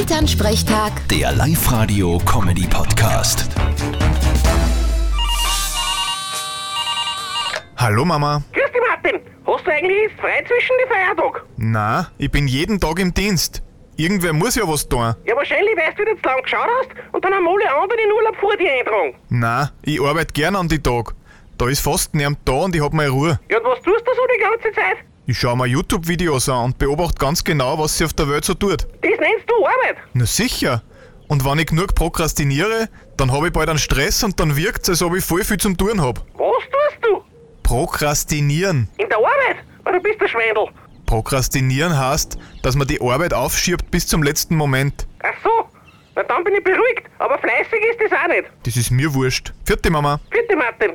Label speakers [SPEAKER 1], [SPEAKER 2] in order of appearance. [SPEAKER 1] Elternsprechtag,
[SPEAKER 2] Der Live-Radio-Comedy-Podcast.
[SPEAKER 3] Hallo Mama.
[SPEAKER 4] Grüß dich, Martin. Hast du eigentlich frei zwischen die Feiertag?
[SPEAKER 3] Na, ich bin jeden Tag im Dienst. Irgendwer muss ja was tun.
[SPEAKER 4] Ja, wahrscheinlich, weil du jetzt lang geschaut hast und dann haben alle anderen in Urlaub vor dir eintragen.
[SPEAKER 3] Na, ich arbeite gern an die Tag. Da ist fast niemand da und ich hab meine Ruhe.
[SPEAKER 4] Ja, und was tust du so die ganze Zeit?
[SPEAKER 3] Ich schaue mir YouTube-Videos an und beobachte ganz genau, was sie auf der Welt so tut.
[SPEAKER 4] Das nennst du Arbeit.
[SPEAKER 3] Na sicher. Und wenn ich genug prokrastiniere, dann habe ich bald einen Stress und dann wirkt's, als ob ich voll viel zum Tun hab.
[SPEAKER 4] Was tust du?
[SPEAKER 3] Prokrastinieren.
[SPEAKER 4] In der Arbeit? Weil du bist der Schwendel.
[SPEAKER 3] Prokrastinieren heißt, dass man die Arbeit aufschiebt bis zum letzten Moment.
[SPEAKER 4] Ach so. Na, dann bin ich beruhigt. Aber fleißig ist das auch nicht.
[SPEAKER 3] Das ist mir wurscht. Vierte Mama.
[SPEAKER 4] Bitte, Martin.